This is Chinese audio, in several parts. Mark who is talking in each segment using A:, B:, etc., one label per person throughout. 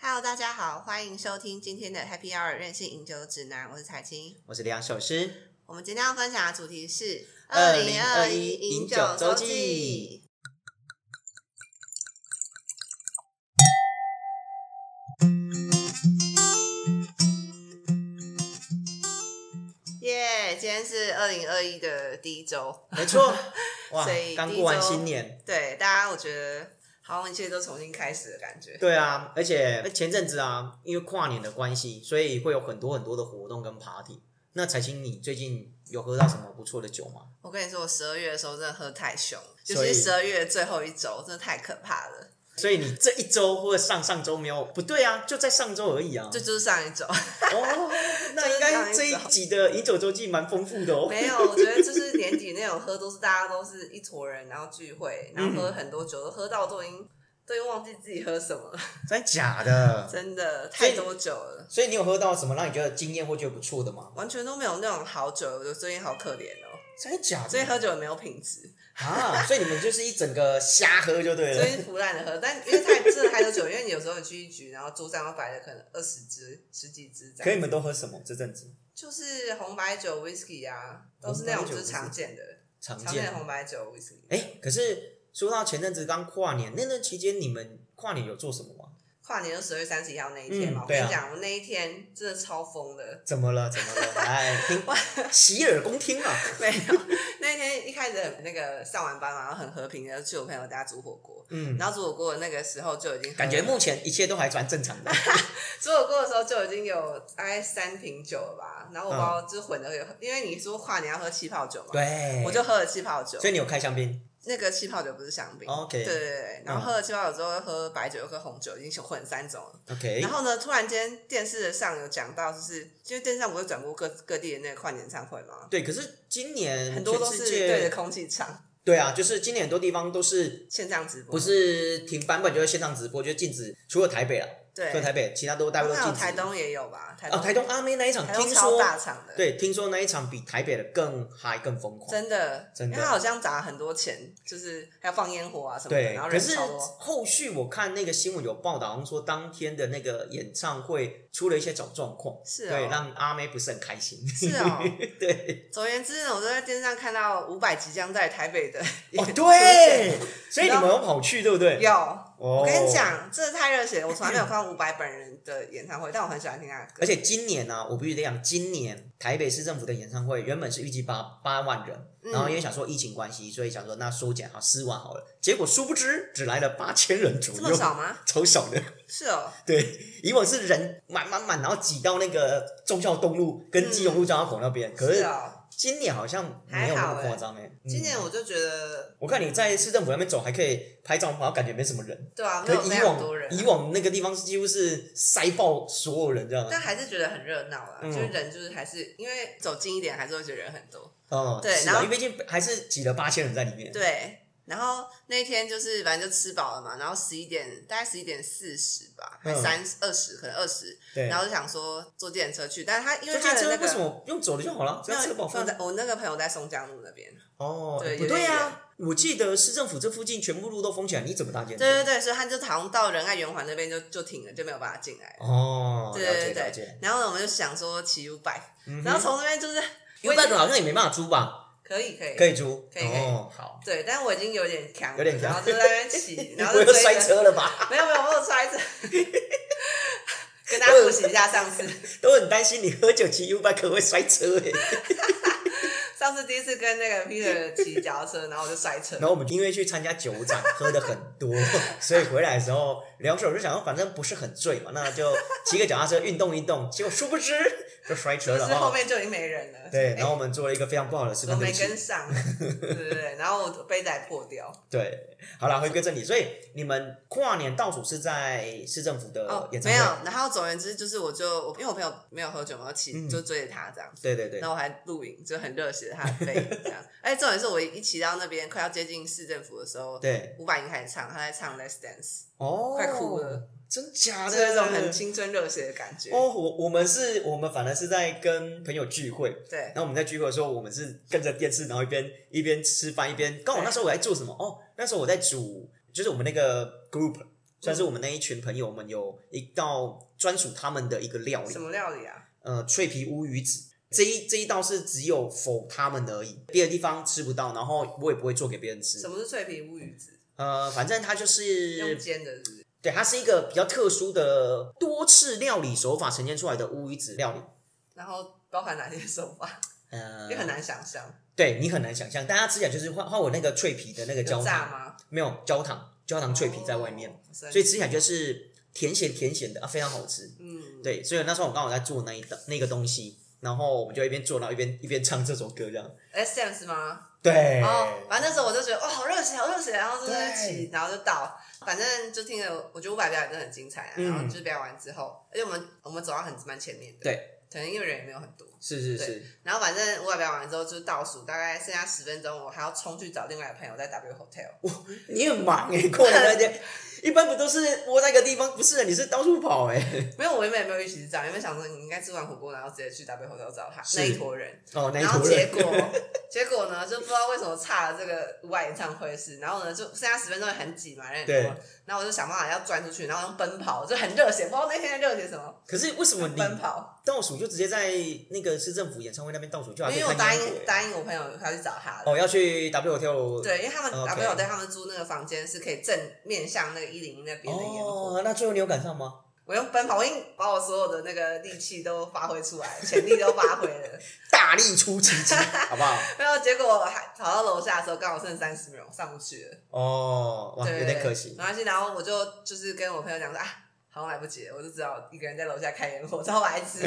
A: Hello，大家好，欢迎收听今天的 Happy Hour 任性饮酒指南，我是彩青。
B: 我是梁首诗。
A: 我们今天要分享的主题是
B: 2021
A: 饮
B: 饮
A: 酒
B: 酒
A: 周
B: 周
A: 记
B: 记。
A: 耶今天是二零二一的第一周，
B: 没错， 哇
A: 所以，
B: 刚
A: 第一
B: 过完
A: 周
B: 新年。
A: 对大家，我觉得好像一切都重新开始的感觉。
B: 对啊，而且前阵子啊，因为跨年的关系，所以会有很多很多的活动跟 party。那彩青，你最近有喝到什么不错的酒吗？
A: 我跟你说，我十二月的时候真的喝太凶，尤
B: 所
A: 其
B: 以
A: 是十二月的最后一周，真的太可怕了。
B: 所以你这一周或者上上周没有？不对啊，就在上周而已啊。
A: 这就是上一 周，
B: 哦，那 应该这一集的饮酒周记蛮丰富的哦。
A: 没有，我觉得就是年底那种喝都是大家都是一坨人，然后聚会，然后喝
B: 嗯
A: 很多酒，都喝到都已经都已经忘记自己喝什么了，
B: 真假 的？
A: 真的
B: 嗯所以
A: 太多酒了，
B: 所以你有喝到什么让你觉得惊艳或觉得不错的吗？
A: 完全都没有那种好酒，我觉得最近好可怜哦，
B: 真假
A: 最近
B: 的？
A: 喝酒也没有品质，
B: 啊，所以你们就是一整个瞎喝就对
A: 最
B: 了。
A: 近腐烂的喝，但因为太真的太多酒，因为你有时候你去一局，然后桌上都摆了可能二十支、十几支这
B: 可你
A: 样，
B: 们都喝什么？这阵子
A: 就是红白酒、whisky 啊，都是那种就是常见的
B: 常
A: 常见的红白酒、whisky。
B: 哎、可是说到前阵子刚跨年，那段期间你们跨年有做什么吗？
A: 跨年就十二月三十一号那一天嘛，
B: 嗯
A: 我
B: 对
A: 跟
B: 啊
A: 你讲，我那一天真的超疯的，
B: 怎么了？怎么 了？哎，听洗耳恭听啊！
A: 没有，那天一开始很那个上完班嘛，然后很和平的去我朋友家煮火锅，
B: 嗯，
A: 然后煮火锅的那个时候就已经喝
B: 感觉目前一切都还蛮正 常的。
A: 煮火锅的时候就已经有大概三瓶酒了吧，然后我不知道就是混的有，因为你说跨年要喝气泡酒嘛，
B: 嗯对，
A: 我就喝了气泡酒
B: 所，以你有开香槟
A: 那个气泡酒不是香槟。对对
B: ？OK 嗯
A: 对，然后喝了气泡酒之后，喝白酒又喝红酒，已经混三种了。
B: OK，
A: 然后呢，突然间电视上有讲到，就是因为电视上不是转播各各地的那个跨年演唱会嘛，
B: 对。可是今年
A: 很多都
B: 全
A: 是
B: 世界
A: 对着空气唱，
B: 对啊，就是今年很多地方都是
A: 线上直播，
B: 不是停版本就是线上直播，就禁止，除了台北啊，
A: 对哦
B: 除了台北，其他都大部分都
A: 还有
B: 禁止。
A: 台东也有吧？台
B: 哦，台东阿妹那一场，
A: 台东
B: 听
A: 超
B: 说
A: 大场的，，
B: 对，听说那一场比台北的更嗨、更疯狂。
A: 真的，
B: 真的
A: 因为他好像砸了很多钱，就是还要放烟火啊什么的，
B: 对
A: 然后，
B: 可
A: 人
B: 是
A: 超多。
B: 后续我看那个新闻有报道，好像说当天的那个演唱会出了一些小状况，
A: 是哦
B: 对，让阿妹不是很开心。
A: 是哦，
B: 对，
A: 总而言之呢，我都在电视上看到伍佰即将在台北的
B: 哦
A: 演出现，
B: 对，所以你们有跑去对不对？
A: 有。
B: 哦，
A: 我跟你，讲，这太热血了，我从来 没有看过伍佰本人的演唱会，但我很喜欢听他的歌。
B: 而且今年呢、我必须得讲，今年台北市政府的演唱会原本是预计八八万人，
A: 嗯
B: 然后因为想说疫情关系，所以想说那缩减好四万好了，结果殊不知只来了八千人左
A: 这么
B: 右，
A: 少吗？
B: 超少的。
A: 是哦，
B: 对，以往是人满满满，然后挤到那个忠孝东路
A: 嗯
B: 跟基隆路交叉口那边，可
A: 是
B: 是
A: 哦。
B: 今年好像没有那么夸张哎、嗯
A: 欸今年我就觉得，
B: 我看你在市政府那边走，还可以拍照，好像感觉没什么人。
A: 对啊，没
B: 可
A: 有
B: 是
A: 非
B: 以
A: 常多人
B: 往，以往那个地方几乎是塞爆所有人这样。
A: 但还是觉得很热闹啦，
B: 嗯
A: 就是人就是还是因为走近一点，还是会觉得人很多。
B: 哦，
A: 对
B: 是
A: 然
B: 啊，
A: 后
B: 因为毕竟还是挤了八千人在里面。
A: 对，然后那一天就是反正就吃饱了嘛，然后十一点大概十一点四十吧，还
B: 嗯
A: 三二十可能二十，
B: 对，
A: 然后就想说坐电车去，但是他因为
B: 坐
A: 他
B: 电
A: 的那
B: 车为什
A: 个。
B: 么用走的就好了？只
A: 没
B: 要
A: 有
B: 吃个饱
A: 没有
B: 饭。
A: 在我那个朋友在松江路那边，
B: 哦，
A: 对
B: 不
A: 有点
B: 对
A: 远
B: 啊，我记得市政府这附近全部路都封起来，你怎么搭电
A: 对
B: 车？
A: 对对，所以他就好像到仁爱圆环那边就就停了，就没有办法进来。
B: 哦，了
A: 对
B: 解
A: 对
B: 了
A: 对
B: 解
A: 对。，然后呢，我们就想说骑 U bike，、
B: 嗯哼
A: 然后从那边就是
B: 因为那个好像也没办法租吧？
A: 可以可以
B: 可以租，
A: 可以可以
B: 哦， 好，
A: 对，但我已经有点强了，
B: 有点强
A: 然后就在那边 骑，然后
B: 我
A: 就
B: 又
A: 追
B: 摔
A: 着
B: 车了吧？
A: 没有没有，我有摔着，跟大家复习一下上次。
B: 都很担心你喝酒骑 U bike 会摔车哎、
A: 上次第一次跟那个 Peter 骑脚踏车，然后我就摔车
B: 然。后我们因为去参加酒展，喝的很多， 所以回来的时候，两手就想说反正不是很醉嘛，那就骑个脚踏车运动运动。结果殊不知就摔车
A: 就
B: 了
A: 是后
B: 哦。
A: 面就已经没人了，
B: 对，
A: 哎
B: 然后我们做了一个非常不好的示
A: 我
B: 范，对
A: 没
B: 不起
A: 跟 上，对对对，然后我杯子还破掉。
B: 对，好了，回归正题，所以你们跨年倒数是在市政府
A: 哦
B: 的演，唱
A: 没
B: 会，
A: 有。然后总而言之，就是我就我因为我朋友没有喝酒嘛，我骑
B: 嗯
A: 就追着他这样子。
B: 对对对
A: 然，后我还录影，就很热血他的背影这样。哎，重点是我一骑到那边快要接近市政府的时候，
B: 对，
A: 伍佰已经开始唱，他在唱《Let's Dance
B: 哦，
A: 快哭了，
B: 真假》，
A: 是有
B: 的，
A: 一种很青春热血的感觉。
B: 哦，我我们是，我们反而是在跟朋友聚会，
A: 对
B: 然，后我们在聚会的时候，我们是跟着电视，然后一边一边吃饭一边。刚好那时候我在做什么？哦，那时候我在煮，就是我们那个 group，算是我们那一群朋友们有一道专属他们的一个料理
A: 什，么料理啊？
B: 呃，脆皮乌鱼子。这一这一道是只有否他们而已，别的地方吃不到，然后我也不会做给别人吃
A: 什。么是脆皮乌鱼子？
B: 呃，反正它就
A: 用
B: 是，
A: 煎的，是不是？
B: 对，它是一个比较特殊的多次料理手法呈现出来的乌鱼子料理。
A: 然后包含哪些手法？
B: 呃
A: 也，很难想象。
B: 对你很难想象，大家吃起来就是换换我那个脆皮的那个焦
A: 有炸
B: 糖，
A: 吗？
B: 没有焦糖，焦糖脆皮在外面，
A: 哦，所
B: 所以吃起来就是甜咸甜咸的啊，非常好吃。
A: 嗯，
B: 对，所以那时候我刚好在做那一道那个东西，然后我们就一边做，然后一边一边唱这首歌这样。
A: S M 是吗？
B: 对，
A: 然后哦反正那时候我就觉得哇，好热血，好热血，然后就是一起
B: 哎对，
A: 然后就到，反正就听了，我觉得五百表演真的很精彩啊。
B: 嗯
A: 然后就是表演完之后，而且我们我们走到很蛮前面的，
B: 对，
A: 可能因为人也没有很多。
B: 是是
A: 对
B: 是，
A: 然后反正五百表演完之后就是倒数，大概剩下十分钟，我还要冲去找另外一个朋友在 W Hotel。
B: 你很忙 哎、过年那天，一般不都是窝在一个地方？不是，啊你是到处跑哎、
A: 没有，我原本也没有预期是这样，原本想说你应该吃完火锅然后直接去 W Hotel 找他
B: 是
A: 那一坨人。
B: 哦，那一
A: 然后
B: 坨
A: 结
B: 人，
A: 果，结果呢，就不知道为什么差了这个五百演唱会是，然后呢，就剩下十分钟也很挤嘛，人很
B: 对
A: 多，然后我就想办法要钻出去，然后用奔跑，就很热血，不知道那天在热血什么，
B: 可是为什么你
A: 奔跑，
B: 倒数就直接在那个市政府演唱会那边倒数，就还
A: 因
B: 可以
A: 为我
B: 看
A: 答
B: 烟火
A: 应
B: 欸
A: 答应我朋友他去找他的，
B: 哦，要去 W Hotel
A: 对，因为他们
B: OK
A: 打朋友在他们租那个房间是可以正面向那个一零一那边的烟火，
B: 哦，那最后你有赶上吗？
A: 我用奔跑，我已经把我所有的那个力气都发挥出来，潜力都发挥 了，
B: 大力出奇 迹，好不好？
A: 然后结果还跑到楼下的时候，刚好剩三十秒上不去了。
B: 哦，哇，
A: 对，
B: 有点可惜
A: 没。关系，然后我就就是跟我朋友讲说啊，好像来不及了，我就只好一个人在楼下看烟火，超白 痴，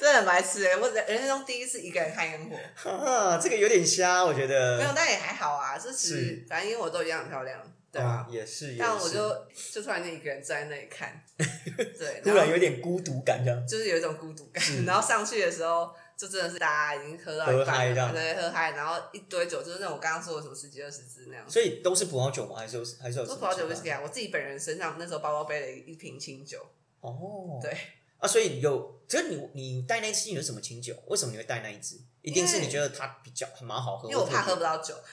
A: 真的很白痴哎、我人生中第一次一个人看烟火，
B: 啊，这个有点瞎，我觉得。
A: 没有，但也还好啊，就其实反正烟火都一样很漂亮，对吧？
B: 哦也是，也
A: 但我
B: 是
A: 就就突然间一个人站在那里看， 对，
B: 突
A: 然
B: 然
A: 后
B: 有点孤独感，这样。
A: 就是有一种孤独感
B: 是。
A: 然后上去的时候，就真的是大家已经喝到
B: 喝
A: 一
B: 嗨
A: 半了，
B: 这样
A: 对，喝嗨，然后一堆酒，就是那种我刚刚说的什么十几二十支那样。
B: 所以都是葡萄酒吗？还是有还是有什
A: 都
B: 么
A: 葡萄酒
B: 其
A: 威
B: 他
A: 士忌啊，我自己本人身上那时候包包背了一瓶清酒，
B: 哦，
A: 对
B: 啊，所以有，可是你你带那一支你有什么清酒？为什么你会带那一支？一定是
A: 因为
B: 你觉得它比较蛮好喝，
A: 因为我怕
B: 或
A: 喝不到 酒。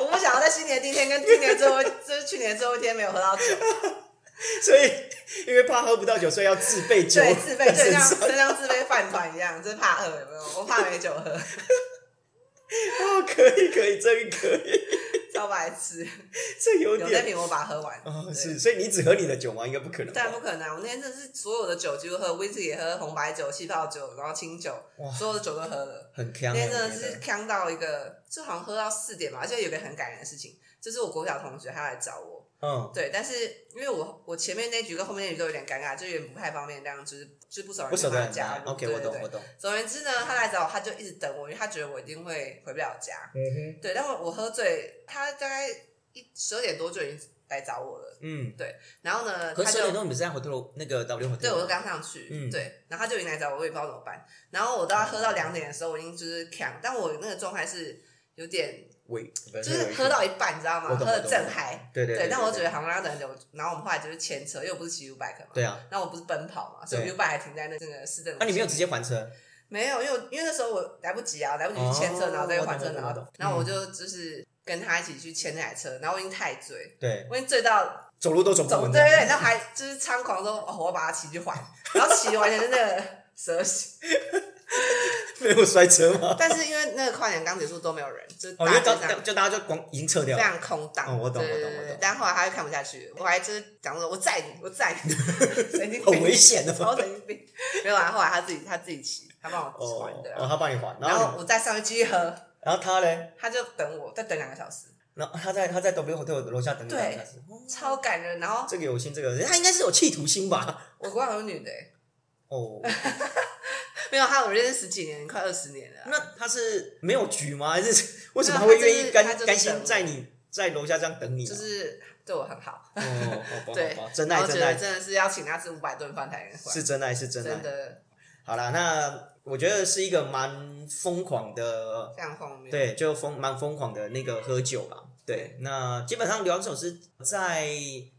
A: 我不想要在新年第一天跟今年最后，就是去年最后一天没有喝到酒，
B: 者，所以 因为怕喝不到酒，所以要自备酒
A: 对，自备，
B: 在
A: 对，
B: 身
A: 像
B: 上，
A: 就像自备饭团一样，就是怕饿，有没有？我怕没酒喝，
B: 哦，可以可以，这个可以，
A: 超白痴。
B: 这 有
A: 有那
B: 点
A: 瓶我把它喝完，
B: 哦，
A: 对
B: 是，所以你只喝你的酒吗？应该不可能
A: 当然
B: 吧，
A: 不可能啊！我那天真的是所有的酒几乎喝，威士忌也喝，红白酒、气泡酒，然后清酒
B: 哇，
A: 所有的酒都喝了。
B: 很香
A: 那
B: 欸，
A: 天真的
B: 我觉
A: 是
B: 得
A: 呛到一个，就好像喝到四点吧，而且有一个很感人的事情，就是我国小同学他来找我，
B: 嗯，
A: 对，但是因为我我前面那局跟后面那局都有点尴尬，就有点不太方便，这样就是就是不熟
B: 不
A: 人
B: 舍
A: 就
B: 得
A: 帮他
B: 很
A: 加
B: 难
A: 入
B: ，OK，
A: 对
B: 我
A: 对
B: 懂我
A: 对。
B: 懂，
A: 总而言之呢，他来找我，他就一直等我，因为他觉得我一定会回不了家。
B: 嗯哼，
A: 对，但我我喝醉，他大概一十二点多就已经来找我了。
B: 嗯，
A: 然后呢，
B: 可
A: 他
B: 是十
A: 就
B: 点钟你们是在 hotel 那个 W hotel，
A: 对，我就刚上去，
B: 嗯
A: 对，然后他就迎来找我，我也不知道怎么办。然后我到喝到两点的时候，我已经就是呛，但我那个状态是有点，
B: 喂，就
A: 就是喝到一半，你知道吗？
B: 我
A: 喝
B: 懂
A: 的正嗨，，
B: 我懂我懂对对
A: 对。但我
B: 对
A: 觉得好像要等很久，然后我们后来就是牵车，因为我不是骑 U bike 嘛，
B: 对啊，
A: 那我不是奔跑嘛，所以
B: 对
A: U bike 还停在那那个市政。
B: 那你没有直接还车？
A: 没有，因为我因为那时候我来不及啊，来不及去牵车，
B: 哦
A: 然后再去还
B: 我
A: 车，
B: 懂
A: 然
B: 我懂我嗯
A: 后
B: 懂
A: 然后我就就是跟他一起去牵那台车，然后我已经太醉，
B: 对，
A: 我已经醉到
B: 走路都走不
A: 走
B: 稳
A: 对
B: 的。
A: 对对，然后还就是猖狂说，哦，我要把它骑去还，然后骑完就是那个蛇形，
B: 没有摔车吗？
A: 但是因为那个跨年刚结束都没有人，就是
B: 哦，
A: 大
B: 因为
A: 家
B: 当
A: 就这样
B: 就大家就光已经撤掉
A: 非，常空荡。
B: 哦我懂
A: 对对
B: 我懂
A: 对
B: 我懂
A: 但后来他就看不下去了，我还就是讲说，我载你，我载你，神 经
B: 很危
A: 病，
B: 险的
A: 超
B: 嘛。
A: 神经病。没有啊，后来他自己他自己骑，他帮我
B: 哦
A: 还的
B: 哦，
A: 啊。
B: 他帮你还，
A: 然
B: 然后
A: 后我再上去继续喝，
B: 你然后他嘞，
A: 他就等我，再等两个小时，
B: 然后他在他在 W hotel 楼下等你
A: 对
B: 两个小时。哦
A: 超感人。然后
B: 这个有心，这个有心他应该是有企图心吧？
A: 我国小有女的、欸，
B: 哦，
A: 没有他，我认识十几年，快二十年了啊。
B: 那他是没有局吗？还是 为什么
A: 没有
B: 他会
A: 他就是
B: 愿意
A: 他就
B: 甘
A: 是
B: 甘
A: 等
B: 心
A: 我
B: 在你在楼下这样等你
A: 就
B: 啊？
A: 是对我很好，
B: 哦，好吧，
A: 对
B: 好吧，真
A: 然
B: 爱
A: 后觉
B: 真
A: 得
B: 爱
A: 真的是要请他吃五百顿饭才能还，
B: 是真爱是真爱
A: 真。的
B: 好啦，那我觉得是一个蛮疯狂的
A: 非常荒谬。，
B: 对，就疯蛮疯狂的那个喝酒啦。对，那基本上聊这首诗在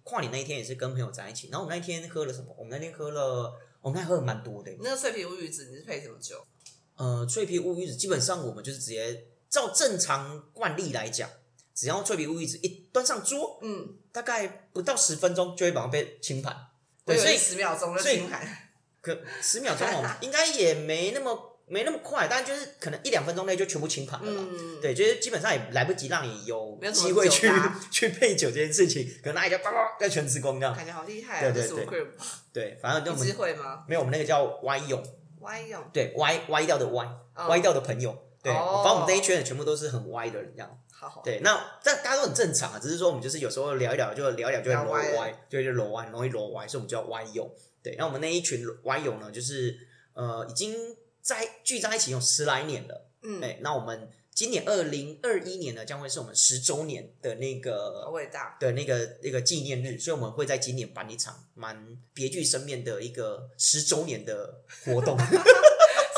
B: 跨年那一天也是跟朋友在一起，然后我们那一天喝了什么？我们那天喝了，我们那天喝了蛮多的。
A: 那个脆皮乌鱼子你是配什么酒？
B: 呃，脆皮乌鱼子基本上我们就是直接照正常惯例来讲，只要脆皮乌鱼子一端上桌，
A: 嗯，
B: 大概不到十分钟就会马上被清盘。
A: 我
B: 对，所以
A: 十秒钟就
B: 所以啊
A: 清 盘，
B: 可十秒
A: 啊
B: 钟哦，应该也没那么没那么快，但就是可能一两分钟内就全部清盘了啦。
A: 嗯，
B: 对，就是基本上也来不及让你有
A: 没有什么啊
B: 机会
A: 酒
B: 去
A: 搭
B: 去 配酒这件事情，可能大家叭叭叭在全吃光这样。
A: 感觉好厉害啊！
B: 对
A: 这
B: 对
A: 是我
B: 对
A: group，
B: 对，反正
A: 你
B: 我
A: 知
B: 们
A: 会吗
B: 没有我们那个叫歪泳，
A: 歪用，
B: 对歪歪掉的歪，
A: 嗯
B: 歪掉的朋友。对，
A: 哦
B: 反正我们这一圈的全部都是很歪的人这样。
A: 好，
B: 对，那但大家都很正常啊，只是说我们就是有时候聊一聊，就聊一聊就会
A: 聊
B: 揉
A: 歪了
B: 歪，就会揉歪，容易揉歪，所以我们就要歪友。对，那我们那一群歪友呢，就是呃已经在聚在一起有十来年了。
A: 嗯，
B: 对，那我们今年二零二一年呢，将会是我们十周年的那
A: 好
B: 个
A: 伟大，
B: 的那个那个纪念日，所以我们会在今年办一场蛮别具生面的一个十周年的活 动。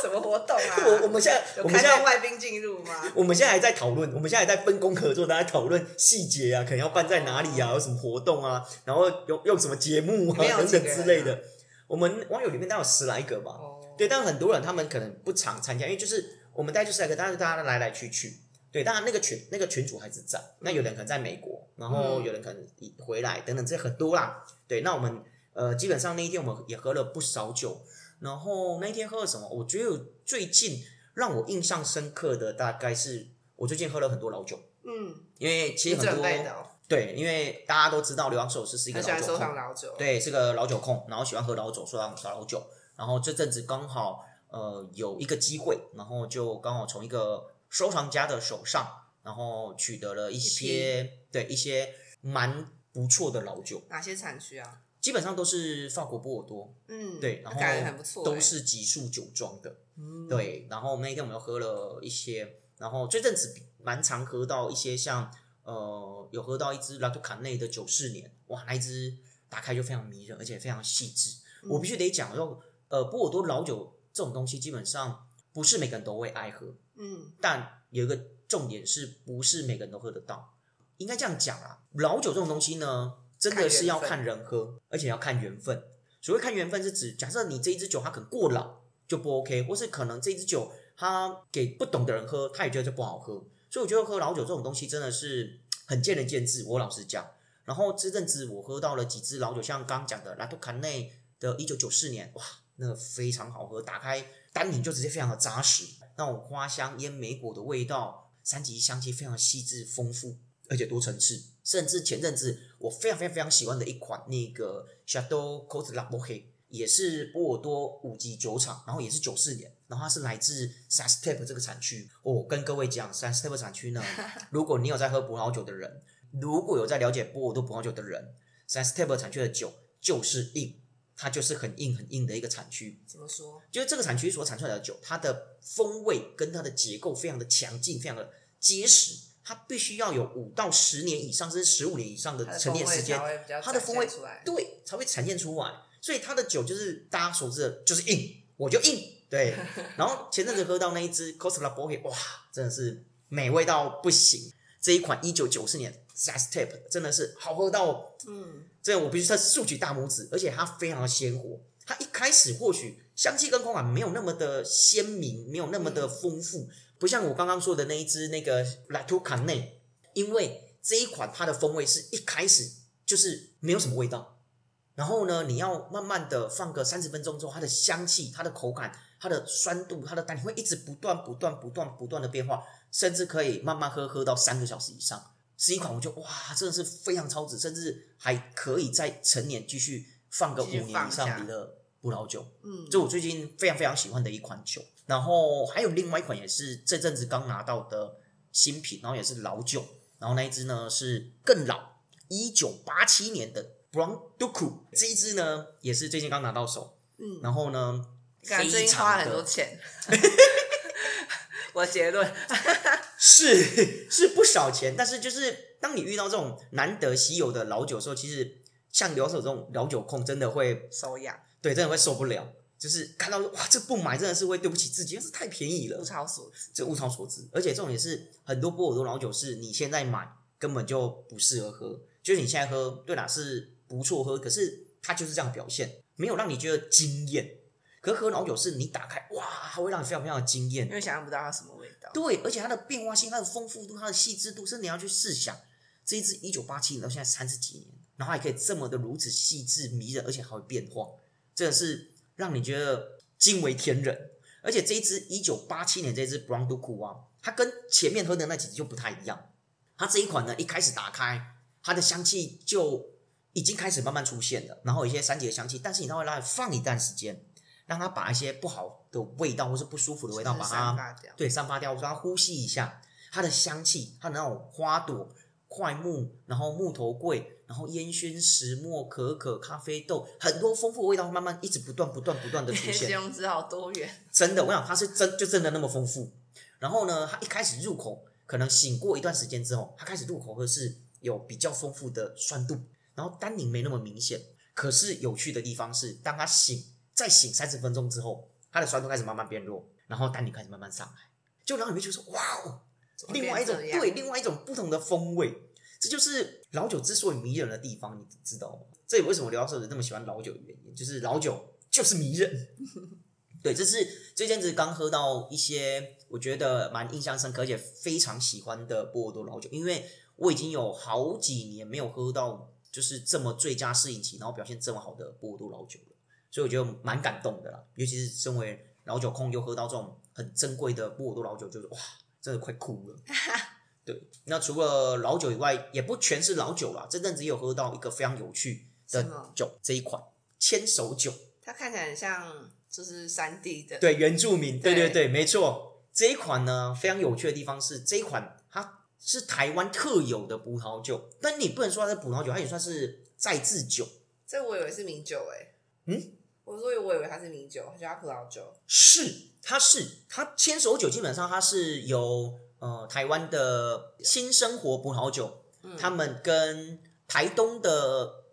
A: 什么活动啊？
B: 我我们现在
A: 有
B: 我们
A: 开
B: 现在
A: 放外宾进入吗？
B: 我们现在还在讨论，我们现在还在分工合作，大家讨论细节啊，可能要办在哪里啊，有什么活动啊，然后用用什么节目啊
A: 没有
B: 等
A: 几
B: 等
A: 个人啊
B: 之类的。我们网友里面大概有十来个吧，
A: 哦，
B: 对，但很多人他们可能不常参加，因为就是我们大概就十来个，但是大家来来去去。对，当然那个群那个群主还是在，那有人可能在美国，然后
A: 嗯
B: 有人可能回来等等，这很多啦。对，那我们呃基本上那一天我们也喝了不少酒，然后那一天喝了什么？我觉得最近让我印象深刻的大概是我最近喝了很多老酒，
A: 嗯，
B: 因为其
A: 你
B: 实很
A: 准
B: 多
A: 备的哦，
B: 对，因为大家都知道刘洋寿司是一个
A: 很喜
B: 老
A: 欢
B: 酒
A: 收
B: 控
A: 藏，老酒，
B: 对，是个老酒控，然后喜欢喝老酒，收藏老酒。然后这阵子刚好呃有一个机会，然后就刚好从一个收藏家的手上，然后取得了一些对一些蛮不错的老酒，
A: 哪些产区啊？
B: 基本上都是法国波尔多，
A: 嗯，
B: 对，然后
A: 感觉很不错欸，
B: 都是级数酒庄的，
A: 嗯，
B: 对。然后那一天我们又喝了一些，然后这阵子比蛮常喝到一些像呃有喝到一支拉杜卡内的九四年，哇，那一支打开就非常迷人，而且非常细致。
A: 嗯
B: 我必须得讲，就呃波尔多老酒这种东西，基本上不是每个人都会爱喝，
A: 嗯，
B: 但有一个重点是不是每个人都喝得到？应该这样讲啊，老酒这种东西呢，真的是要看人喝，而且要看缘分。所谓看缘分，是指假设你这一支酒它可能过老就不 OK，或是可能这一支酒它给不懂的人喝，他也觉得这不好喝。所以我觉得喝老酒这种东西真的是很见仁见智，我老实讲。然后这阵子我喝到了几支老酒，像刚讲的拉杜卡内的1994年，哇，那个非常好喝，打开单宁就直接非常的扎实，那种花香、烟莓果的味道，三级香气非常细致、丰富，而且多层次。甚至前阵子我非常非常非常喜欢的一款那个 Shadow Cote La b o e 也是波尔多五级酒厂，然后也是九四年，然后它是来自 Sastep 这个产区。哦我、跟各位讲，Sastep 产区呢，如果你有在喝葡萄酒的人，如果有在了解波尔多葡萄酒的人，Sastep 产区的酒就是硬，它就是很硬很硬的一个产区。
A: 怎么说？
B: 就是这个产区所产出来的酒，它的风味跟它的结构非常的强劲，非常的结实。它必须要有五到十年以上，甚至十五年以上
A: 它
B: 的
A: 的
B: 陈
A: 风
B: 年
A: 味
B: 时间
A: 才，会比较
B: 它的
A: 展
B: 风
A: 现
B: 味
A: 出来，
B: 对，才会呈现出来。所以它的酒就是大家熟知的，就是硬，我就硬。 对，然后前阵子喝到那一支 Costa b o h e 哇，真的是美味到不行。这一款一九九四年 Sastep 真的是好喝到
A: 嗯，
B: 这我必须再竖起大拇指，而且它非常的鲜活。它一开始或许香气跟口感没有那么的鲜明，没有那么的丰富，不像我刚刚说的那一支那个 La t u c a n e 因为这一款它的风味是一开始就是没有什么味道，然后呢，你要慢慢的放个三十分钟之后，它的香气、它的口感、它的酸度、它的单宁会一直不断、不断、不断、不断的变化，甚至可以慢慢喝喝到三个小时以上。是一款我就哇，真的是非常超值，甚至还可以在成年继续放个五
A: 继续
B: 年
A: 放
B: 以
A: 下
B: 上的葡萄酒。
A: 嗯，
B: 这我最近非常非常喜欢的一款酒。然后还有另外一款也是这阵子刚拿到的新品，然后也是老酒。然后那一支呢是更老，一九八七年的 Brown Duku 这一支呢也是最近刚拿到手。
A: 嗯，
B: 然后呢，
A: 感觉最
B: 非
A: 近花
B: 常
A: 了很多
B: 的
A: 钱。我结论，
B: 是是不少钱，但是就是当你遇到这种难得稀有的老酒的时候，其实像刘手这种老酒控真的会
A: 手痒，
B: 对真的会受不了。就是看到哇，这不买真的是会对不起自己，因为这太便宜了
A: 物。超所值。
B: 这物超所值。而且重点是，很多波尔多老酒是你现在买根本就不适合喝，就是你现在喝，对啦是不错喝，可是它就是这样表现，没有让你觉得惊艳。可是喝老酒是你打开，哇，它会让你非常非常的惊艳
A: 因。为想象不到它什么味道。
B: 对，而且它的变化性、它的丰富度、它的细致度，是你要去试想，这一支一九八七年到现在三十几年，然后还可以这么的如此细致迷人，而且还会变化，真的是让你觉得惊为天人。而且这一支一九八七年这支 Brown d u c 啊，它跟前面喝的那几支就不太一样。它这一款呢，一开始打开，它的香气就已经开始慢慢出现了，然后有一些三级的香气，但是你稍微让它放一段时间，让它把一些不好的味道或是不舒服的味道把它
A: 散发掉。
B: 对，散发掉，让它呼吸一下它的香气，它的那种花朵、块木，然后木头桂，然后烟熏、石墨、可可、咖啡豆，很多丰富的味道，慢慢一直不断、不断、不断的出
A: 你的 形
B: 现。
A: 容词好多元，
B: 真的，我想它是真就真的那么丰富。然后呢，它一开始入口可能醒过一段时间之后，它开始入口会是有比较丰富的酸度，然后单宁没那么明显。可是有趣的地方是，当它醒再醒三十分钟之后，它的酸度开始慢慢变弱，然后单宁开始慢慢上来，就让你会觉得说，哇哦，
A: 怎么
B: 另外一
A: 变
B: 种
A: 这样
B: 对，另外一种不同的风味，这就是老酒之所以迷人的地方，你知道吗？这也为什么刘教授那么喜欢老酒的原因，就是老酒就是迷人。 对，这是这阵子刚喝到一些我觉得蛮印象深刻，而且非常喜欢的波尔多老酒，因为我已经有好几年没有喝到就是这么最佳适应期，然后表现这么好的波尔多老酒了，所以我觉得蛮感动的啦。尤其是身为老酒控，又喝到这种很珍贵的波尔多老酒，就是哇，真的快哭 了。对，那除了老酒以外，也不全是老酒啦，这阵子也有喝到一个非常有趣
A: 什
B: 的
A: 么
B: 酒，这一款牵手酒。
A: 它看起来很像就是山地的，
B: 对，原住民，对对
A: 对
B: 对，没错。这一款呢，非常有趣的地方是，这一款它是台湾特有的葡萄酒，但你不能说它是葡萄酒，它也算是再制酒。
A: 这我以为是米酒哎、
B: 嗯，
A: 我说我以为它是米酒，它叫它葡萄酒，
B: 是，它是它千手酒，基本上它是由呃台湾的新生活葡萄酒，
A: 嗯，
B: 他们跟台东的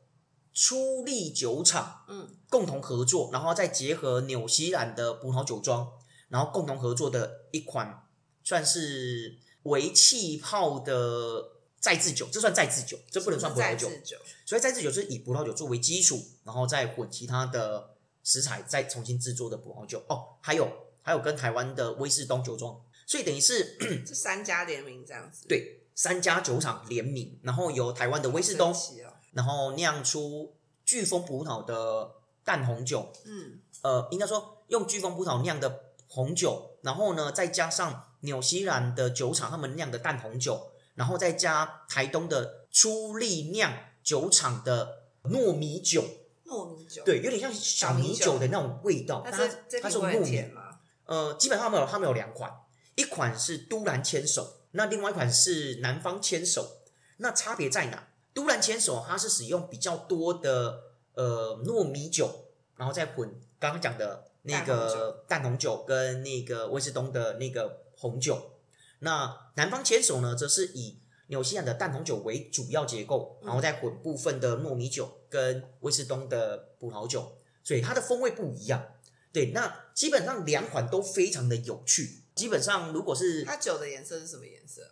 B: 初力酒厂
A: 嗯
B: 共同合作，然后再结合纽西兰的葡萄酒庄，然后共同合作的一款算是微气泡的再制酒，这算再制酒，这不能算葡萄酒
A: 是。制酒，
B: 所以再制酒是以葡萄酒作为基础，然后再混其他的食材，再重新制作的葡萄酒。哦，还有还有跟台湾的威士东酒庄，所以等于 是
A: 这三家联名这样子，
B: 嗯对三家酒厂联名，然后由台湾的
A: 好神奇哦，
B: 威士东，然后酿出飓风葡萄的淡红酒，
A: 嗯，
B: 呃，应该说用飓风葡萄酿的红酒，然后呢再加上纽西兰的酒厂他们酿的淡红酒，然后再加台东的初力酿酒厂的糯米酒，
A: 糯米酒，，
B: 对，有点像小米酒的那种味道，
A: 那
B: 但
A: 这
B: 它
A: 这
B: 它是
A: 瓶
B: 用
A: 会
B: 糯
A: 很
B: 米
A: 甜，吗？
B: 呃，基本上他们有他们有两款，一款是都兰牵手，那另外一款是南方牵手。那差别在哪？都兰牵手它是使用比较多的呃糯米酒，然后再混刚刚讲的那个淡红酒跟那个威士东的那个红酒。那南方牵手呢，则是以纽西兰的淡红酒为主要结构，
A: 嗯
B: 然后再混部分的糯米酒跟威士东的葡萄酒，所以它的风味不一样。对，那基本上两款都非常的有趣。基本上如果是
A: 它酒的颜色是什么颜色？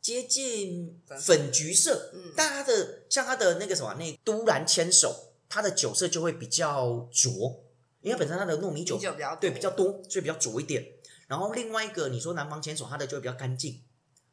B: 接近
A: 粉
B: 粉橘色，
A: 嗯
B: 但它的像它的那个什么，那都兰牵手，它的酒色就会比较浊，因为本身它的糯米酒
A: 米酒比较
B: 对比较多，所以比较浊一点。然后另外一个，你说南方牵手，它的就会比较干净，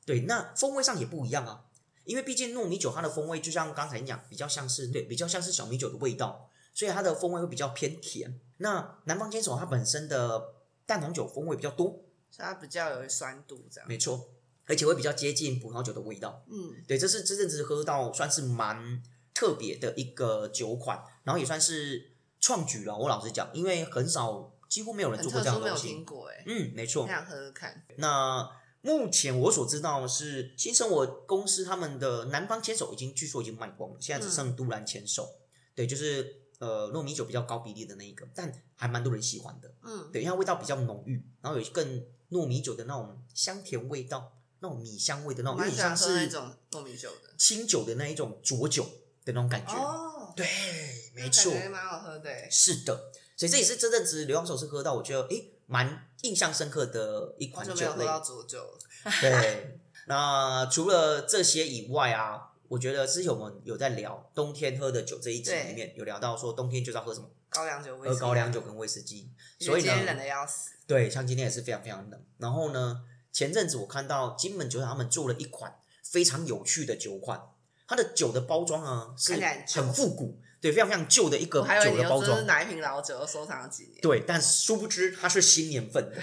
B: 对，那风味上也不一样啊，因为毕竟糯米酒它的风味就像刚才你讲，比较像是对，比较像是小米酒的味道，所以它的风味会比较偏甜。那南方牵手它本身的淡红酒风味比较多，
A: 所以它比较有酸度这样，
B: 没错，而且会比较接近葡萄酒的味道。
A: 嗯，
B: 对，这是这阵子喝到算是蛮特别的一个酒款，然后也算是创举了。我老实讲，因为很少，几乎没有人
A: 很
B: 做过
A: 特
B: 这样
A: 殊，
B: 的
A: 没有
B: 东
A: 听
B: 西。
A: 过哎，
B: 嗯，没错
A: 很。想喝喝看，
B: 那目前我所知道的是新生活公司他们的南方牵手已经据说已经卖光了，现
A: 嗯
B: 在只剩都兰牵手。对，就是呃糯米酒比较高比例的那一个，但还蛮多人喜欢的。
A: 嗯，
B: 对，因为它味道比较浓郁，然后有更糯米酒的那种香甜味道，那种米香味的那
A: 我
B: 种，有
A: 蛮
B: 点
A: 喜欢
B: 像
A: 喝
B: 是
A: 那种糯米酒的，
B: 清酒的那一种浊酒的那种感觉。
A: 哦，
B: 对，
A: 那
B: 没
A: 感
B: 错，
A: 觉蛮好喝的欸，
B: 是的。所以这也是这阵子流浪手是喝到我觉得诶蛮印象深刻的一
A: 好
B: 款
A: 久没有
B: 酒
A: 喝
B: 类
A: 到。浊酒了，
B: 对，那除了这些以外啊，我觉得之前我们有在聊冬天喝的酒这一集
A: 对
B: 里面有聊到说冬天就是要喝什么，
A: 高粱酒、威士
B: 喝
A: 忌
B: 高粱酒跟威士忌。所以
A: 因为今天
B: 呢
A: 冷，的要死，
B: 对，像今天也是非常非常冷。然后呢，前阵子我看到金门酒厂他们做了一款非常有趣的酒款，它的酒的包装啊是
A: 看起来很旧哦
B: 很复古，对，非常非常旧的一个
A: 我还以为
B: 酒
A: 你
B: 的
A: 要
B: 包
A: 说
B: 装
A: 是。哪一瓶老酒收藏了几年，
B: 对，但殊不知它是新年份 的，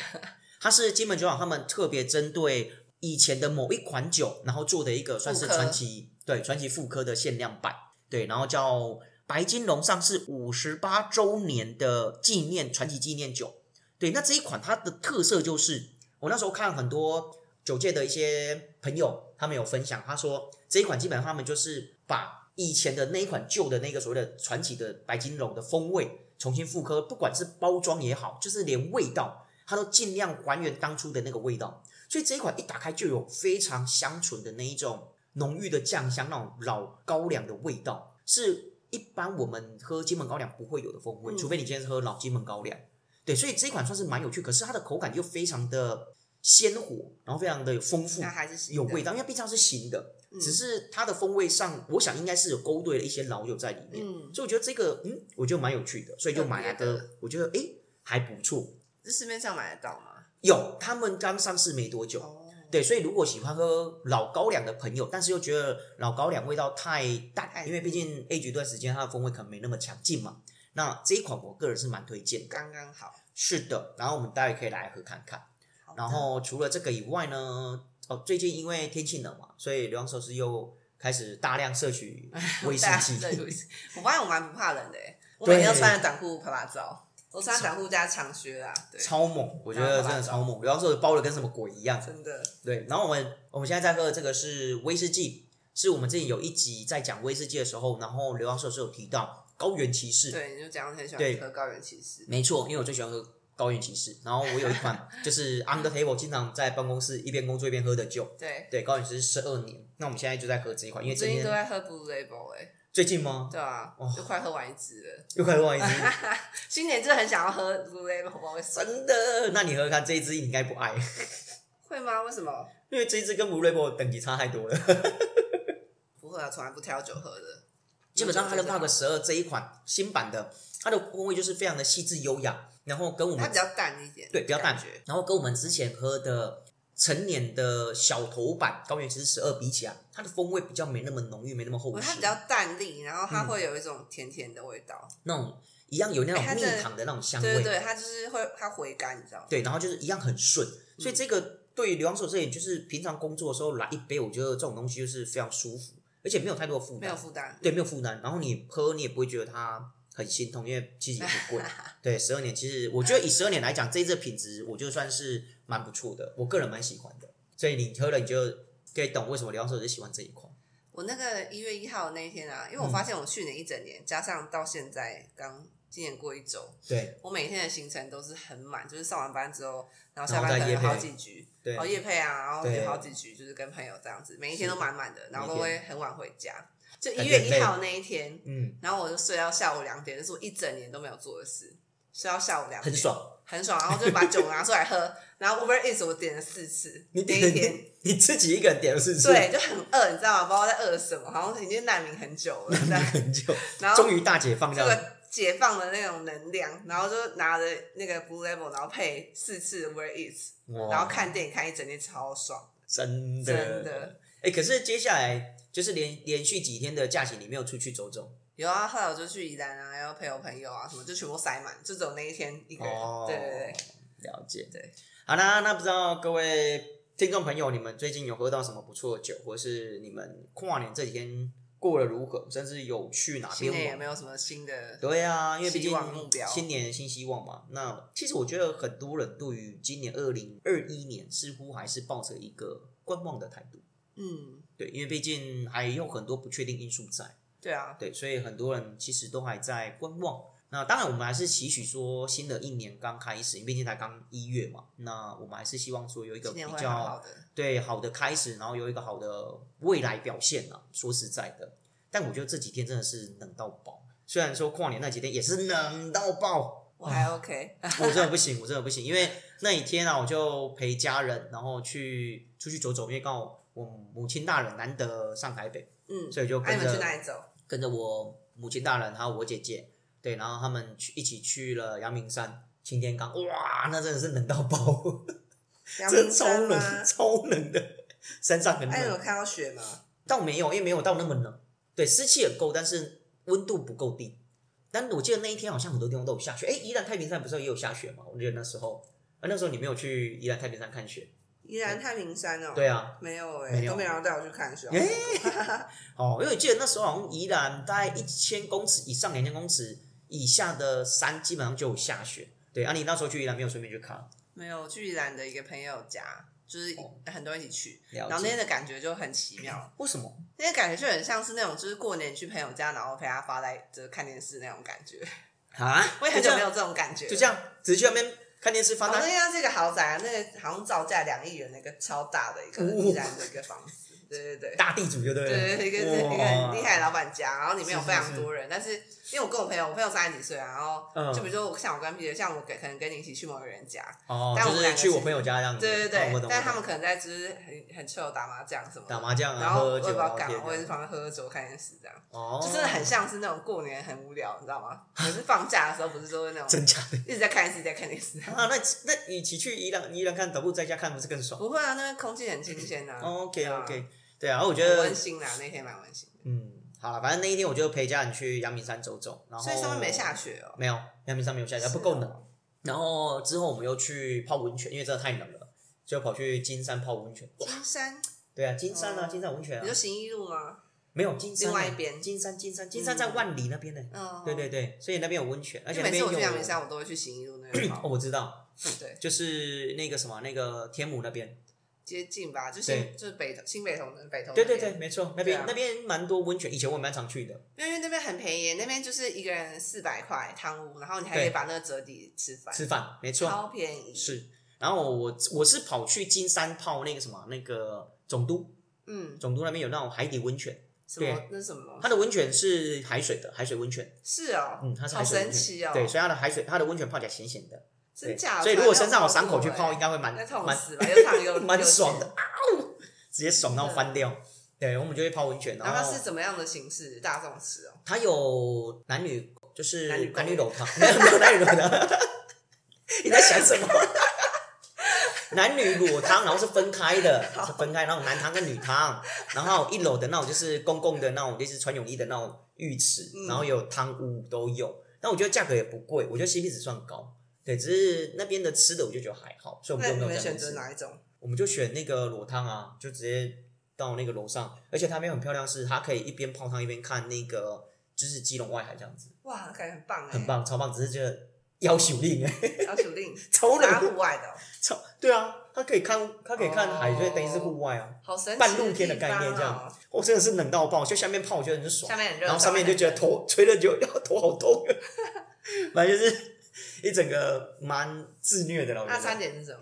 B: 它是金门酒厂他们特别针对以前的某一款酒，然后做的一个算是
A: 复刻
B: 传奇，对，传奇复刻的限量版，对，然后叫白金龙上市五十八周年的纪念传奇纪念酒，对，那这一款它的特色就是，我那时候看很多酒界的一些朋友，他们有分享，他说这一款基本上他们就是把以前的那一款旧的那个所谓的传奇的白金龙的风味重新复刻，不管是包装也好，就是连味道，它都尽量还原当初的那个味道。所以这一款一打开就有非常香醇的那一种浓郁的酱香，那种老高粱的味道，是一般我们喝金门高粱不会有的风味，
A: 嗯
B: 除非你今天是喝老金门高粱。对，所以这一款算是蛮有趣，可是它的口感又非常的鲜活，然后非常的有丰富
A: 那，还是新的
B: 有味道，因为毕竟它是新的，
A: 啊嗯
B: 只是它的风味上，我想应该是有勾兑了一些老酒在里面，
A: 嗯，
B: 所以我觉得这个，嗯，我觉得蛮有趣的，所以就买来
A: 特别
B: 喝，我觉得诶还不错。
A: 这市面上买得到吗？
B: 有，他们刚上市没多久，
A: 哦，
B: 对，所以如果喜欢喝老高粱的朋友，但是又觉得老高粱味道太淡，
A: 太
B: 因为毕竟 A 一段时间它的风味可能没那么强劲嘛。那这一款我个人是蛮推荐的。
A: 刚刚好。
B: 是的，然后我们待会可以来喝看看。
A: 好的
B: 然后除了这个以外呢，哦，最近因为天气冷嘛，所以流浪寿司又开始大量摄取威士
A: 大
B: 忌。
A: 对威士忌我发现我蛮不怕冷的欸，我每天
B: 对
A: 都穿着短裤拍拍照，我穿着短裤加长靴啦，对，
B: 超猛，我觉得真的超猛，流浪寿司包的跟什么鬼一样。
A: 真的
B: 对，然后我们我们现在在喝的这个是威士忌，是我们之前有一集在讲威士忌的时候，然后刘教授是有提到高原骑士，
A: 对，你就讲我很喜
B: 对嗯
A: 欢喝高原骑士，
B: 没错，因为我最喜欢喝高原骑士，然后我有一 款就是 on the table 经常在办公室一边工作一边喝的酒，
A: 对，
B: 对，高原骑士十二年，那我们现在就在喝这一款，因为今
A: 最近都
B: 天
A: 在喝 Blue Label 哎，
B: 最近吗？
A: 对啊
B: 哦，
A: 就快喝完一支了。
B: 又开始忘一支，
A: 新年真的很想要喝 Blue Label，不知道为什么
B: 真的？那你喝喝看这一支，你应该不爱，
A: 会吗？为什么？
B: 因为这一支跟 Blue Label 等级差太多了。
A: 不会啊，从来不挑酒喝的。
B: 基本上
A: 他的
B: Helen Park 十二这一款新版的，它的风味就是非常的细致优雅，然后跟我们
A: 它比较淡一点，
B: 对，比较淡
A: 感觉。
B: 然后跟我们之前喝的呃成年的小头版高原骑士十二比起来，它的风味比较没那么浓郁，没那么厚
A: 我觉得它
B: 实
A: 比，较淡丽，然后它会有一种甜甜的味道。
B: 那种一样有那种
A: 哎它
B: 蜜
A: 的
B: 糖的那种香味，
A: 对对对，它就是会它回甘，你知道吗？
B: 嗯对然后就是一样很顺。
A: 嗯
B: 所以这个对于流浪手这里，就是平常工作的时候来一杯，我觉得这种东西就是非常舒服，而且没有太多负
A: 没有
B: 担，
A: 负担。
B: 对，没有负担。然后你喝你也不会觉得它很心痛，因为其实也 不贵。对，十二年其实我觉得以十二年来讲，这一支的品质我就算是蛮不错的，我个人蛮喜欢的。所以你喝了你就可以懂为什么刘教授就喜欢这一款。
A: 我那个一月一号那一天啊，因为
B: 嗯
A: 我发现我去年一整年，加上到现在刚今年过一周，
B: 对
A: 我每天的行程都是很满，就是上完班之后，然后下
B: 然后
A: 班可
B: 再
A: 能有
B: 业配
A: 好几局，
B: 对
A: 然后夜配啊，然后
B: 对
A: 有好几局就是跟朋友这样子，每一天都满满的，然后都
B: 每
A: 会很晚回家。就
B: 感
A: 一
B: 觉
A: 月
B: 很
A: 一
B: 累
A: 号那一天，
B: 嗯，
A: 然后我就睡到下午两点，这是我一整年都没有做的事，睡到下午两点，
B: 很，爽。
A: 很爽。然后就把酒拿出来喝，然后 Uber Eats 我点了四次，
B: 你
A: 那
B: 点
A: 一天，
B: 你 自己一个人点了是不是？
A: 对，就很饿，你知道吗？不知道在饿什么，好像已经难民很久了，这样
B: 很久，
A: 然后
B: 终于大解放这
A: 这
B: 样。
A: 个解放的那种能量，然后就拿着那个 Blue Label，然后配四次 Uber Eats，然后
B: 哇，
A: 看电影看一整天，超爽，
B: 真的
A: 真的。
B: 哎、可是接下来就是连连续几天的假期，你没有出去走走
A: 有啊，后来我就去宜兰啊，然后陪我朋友啊什么，就全部塞满，就只有那一天一个人。
B: 哦？
A: 对对对，，
B: 了解。
A: 对，
B: 好啦，那不知道各位听众朋友，你们最近有喝到什么不错的酒，或是你们跨年这几天过得如何，甚至有去哪
A: 新
B: 边
A: 年也
B: 玩
A: 没？有什么新的，
B: 对啊，因为毕
A: 希
B: 竟
A: 望目标
B: 新年新希望嘛。那其实我觉得很多人对于今年二零二一年似乎还是抱着一个观望的态度。
A: 嗯，
B: 对，因为毕竟还有很多不确定因素在，
A: 对啊，
B: 对，所以很多人其实都还在观望。那当然，我们还是期许说新的一年刚开始，因为毕竟才刚一月嘛。那我们还是希望说有一个
A: 今
B: 比
A: 年
B: 较
A: 会好好的。
B: 对好的开始，然后有一个好的未来表现啊。说实在的，但我觉得这几天真的是冷到爆。虽然说跨年那几天也是冷到爆，
A: 我还 OK，
B: 我真的不行，我真的不行，因为那一天啊，我就陪家人，然后去出去走走，因为刚好我母亲大人难得上台北，
A: 嗯，
B: 所以就
A: 那、
B: 跟
A: 你们去
B: 着、
A: 哪里走？
B: 跟着我母亲大人还有我姐姐，对，然后他们去一起去了阳明山、擎天岗，哇，那真的是冷到爆，
A: 阳
B: 真
A: 明
B: 的超
A: 山吗？
B: 冷，超冷的，山上很
A: 哎、你有
B: 冷，
A: 看到雪吗？
B: 倒没有，因为没有到那么冷，对，湿气也够，但是温度不够低。但我记得那一天好像很多地方都有下雪，哎，宜兰太平山不是也有下雪吗？我记得那时候，啊，那时候你没有去宜兰太平山看雪，
A: 依然太平山哦、
B: 对啊，
A: 没有哎、
B: 没有
A: 都没有人带我去看雪。
B: 哎哦，因为我记得那时候好像宜兰大概一千公尺以上、两千公尺以下的山基本上就有下雪。对，啊，你那时候去宜兰没有顺便去看？
A: 没有，我去宜兰的一个朋友家，就是
B: 哦
A: 很多人一起去，
B: 然
A: 然后那天的感觉就很奇妙，
B: 为什么？
A: 那天感觉就很像是那种就是过年去朋友家，然后陪他发呆，就是看电视那种感觉。
B: 啊？
A: 我也很久没有这种感觉了，
B: 就这样，只是去那边看电视发
A: 哦。反
B: 呆。
A: 正它是一个豪宅啊，那个好像造价两亿元那个超大的一个
B: 哦
A: 宜兰的一个房子，对对对。
B: 大地主就对了，
A: 对对，对一个是一个
B: 哇
A: 很厉害的老板家，然后里面有
B: 是
A: 非
B: 是
A: 常多人，但是因为我跟我朋友，我朋友三十几岁啊，然后
B: 嗯
A: 就比如说我像我跟皮姐，像我跟可能跟你一起去某个人家，
B: 哦，
A: 但我们
B: 就是
A: 两个
B: 去我
A: 是
B: 朋友家这样子。
A: 对对
B: 哦
A: 对
B: 我懂，
A: 但
B: 我
A: 他们
B: 懂
A: 可能在就是很很 chill 打麻将什么
B: 打
A: 的，
B: 麻将
A: 然
B: 啊，
A: 后我
B: 喝
A: 也不
B: 酒
A: 知道
B: 聊
A: 干嘛
B: 天，
A: 我也是
B: 啊。
A: 放在喝酒看电视这样，
B: 哦，
A: 就真的很像是那种过年很无聊，你知道吗？ 可是放假的时候不是都是那种
B: 真假的
A: 一直在看电视，一直在看电视，
B: 啊？那那与其去宜兰宜兰看，倒不如在家看，不是更爽
A: 不会啊，那边空气很新鲜啊。
B: 嗯？OK
A: 对啊
B: OK，对啊，我觉
A: 很
B: 得
A: 温馨啦，那天蛮温馨的。
B: 嗯，好了，反正那一天我就陪家人去阳明山走走，然后
A: 所以上面没下雪哦、
B: 没有，阳明山没有下雪，不够冷。。然后之后我们又去泡温泉，因为真的太冷了，就跑去金山泡温泉。
A: 金山，
B: 对啊，金山啊，
A: 哦
B: 金山温泉
A: 你
B: 啊
A: 说，行一路吗？
B: 没有金山啊、
A: 另外一边
B: 金山金山金山在万里那边呢、
A: 嗯，
B: 对对。对，所以那边有温泉，而
A: 而
B: 且那
A: 每
B: 边
A: 次我
B: 有
A: 去阳明山，我都会去行一路那 边
B: 哦，
A: 跑，
B: 我知道，
A: 嗯对，
B: 就是那个什么那个天母那
A: 哦
B: 边，
A: 接近吧，就
B: 对
A: 新就是北投新北投的北投。
B: 对对对，，没错，那边、
A: 对啊
B: 那边蛮多温泉，以前我蛮常去的。
A: 因为那边很便宜，那边就是一个人四百块汤屋，然后你还可
B: 对
A: 以把那个折抵吃饭，
B: 吃饭，没错，
A: 超便宜。，
B: 是。然后我我是跑去金山泡那个什么那个总督，
A: 嗯，
B: 总督那边有那种海底温泉，
A: 什么那什么东西
B: 它的温泉是海水的海水温泉，
A: 是哦，
B: 嗯，它是
A: 好
B: 海水
A: 神
B: 温泉，
A: 奇哦，
B: 对，所以它的海水它的温泉泡起来咸咸的，对
A: 真假的？
B: 所以如果身上有伤口去
A: 从来没
B: 泡，
A: 有欸
B: 应该会蛮
A: 那痛
B: 蛮
A: 死了，又烫又
B: 蛮
A: 又
B: 爽
A: 咸
B: 的，啊呜，直接爽到翻掉。对，我们就会泡温泉，
A: 然后它
B: 后
A: 是怎么样的形式？大众吃哦，
B: 它有男女，就是
A: 男女
B: 男
A: 共
B: 女楼汤， 没有没有男女裸汤， 你在想什么？ 男女裸汤，然后是分开的，是分开，然后有男汤跟女汤，然后一楼的那种就是公共的那种，就是穿泳衣的那种浴池，
A: 嗯
B: 然后有汤屋都有。那我觉得价格也不贵，我觉得 CP 值算高。对，只是那边的吃的我就觉得还好，所以我
A: 那
B: 们就
A: 你
B: 没有
A: 们
B: 在那
A: 选
B: 边
A: 择
B: 吃。
A: 哪一种？
B: 我们就选那个裸汤啊，就直接到那个楼上，而且它那边很漂亮是，它可以一边泡汤一边看那个就是基隆外海这样子，
A: 哇，感觉很棒哎，
B: 很，棒，超棒，只是觉得要朽令哎，
A: 要属令，
B: 超
A: 拿
B: 冷，
A: 户外的哦，
B: 超对啊，它可以看它可以看海，
A: 哦
B: 所以等于是户外啊，
A: 好神奇，
B: 半露天的概念这样。我、真的是冷到爆，就下面泡我觉得很
A: 哦
B: 爽
A: 下，面很热，
B: 然后上面就觉得头吹了就 头好痛，反正就是一整个蛮自虐的了，我觉
A: 那
B: 得
A: 餐。点是什么？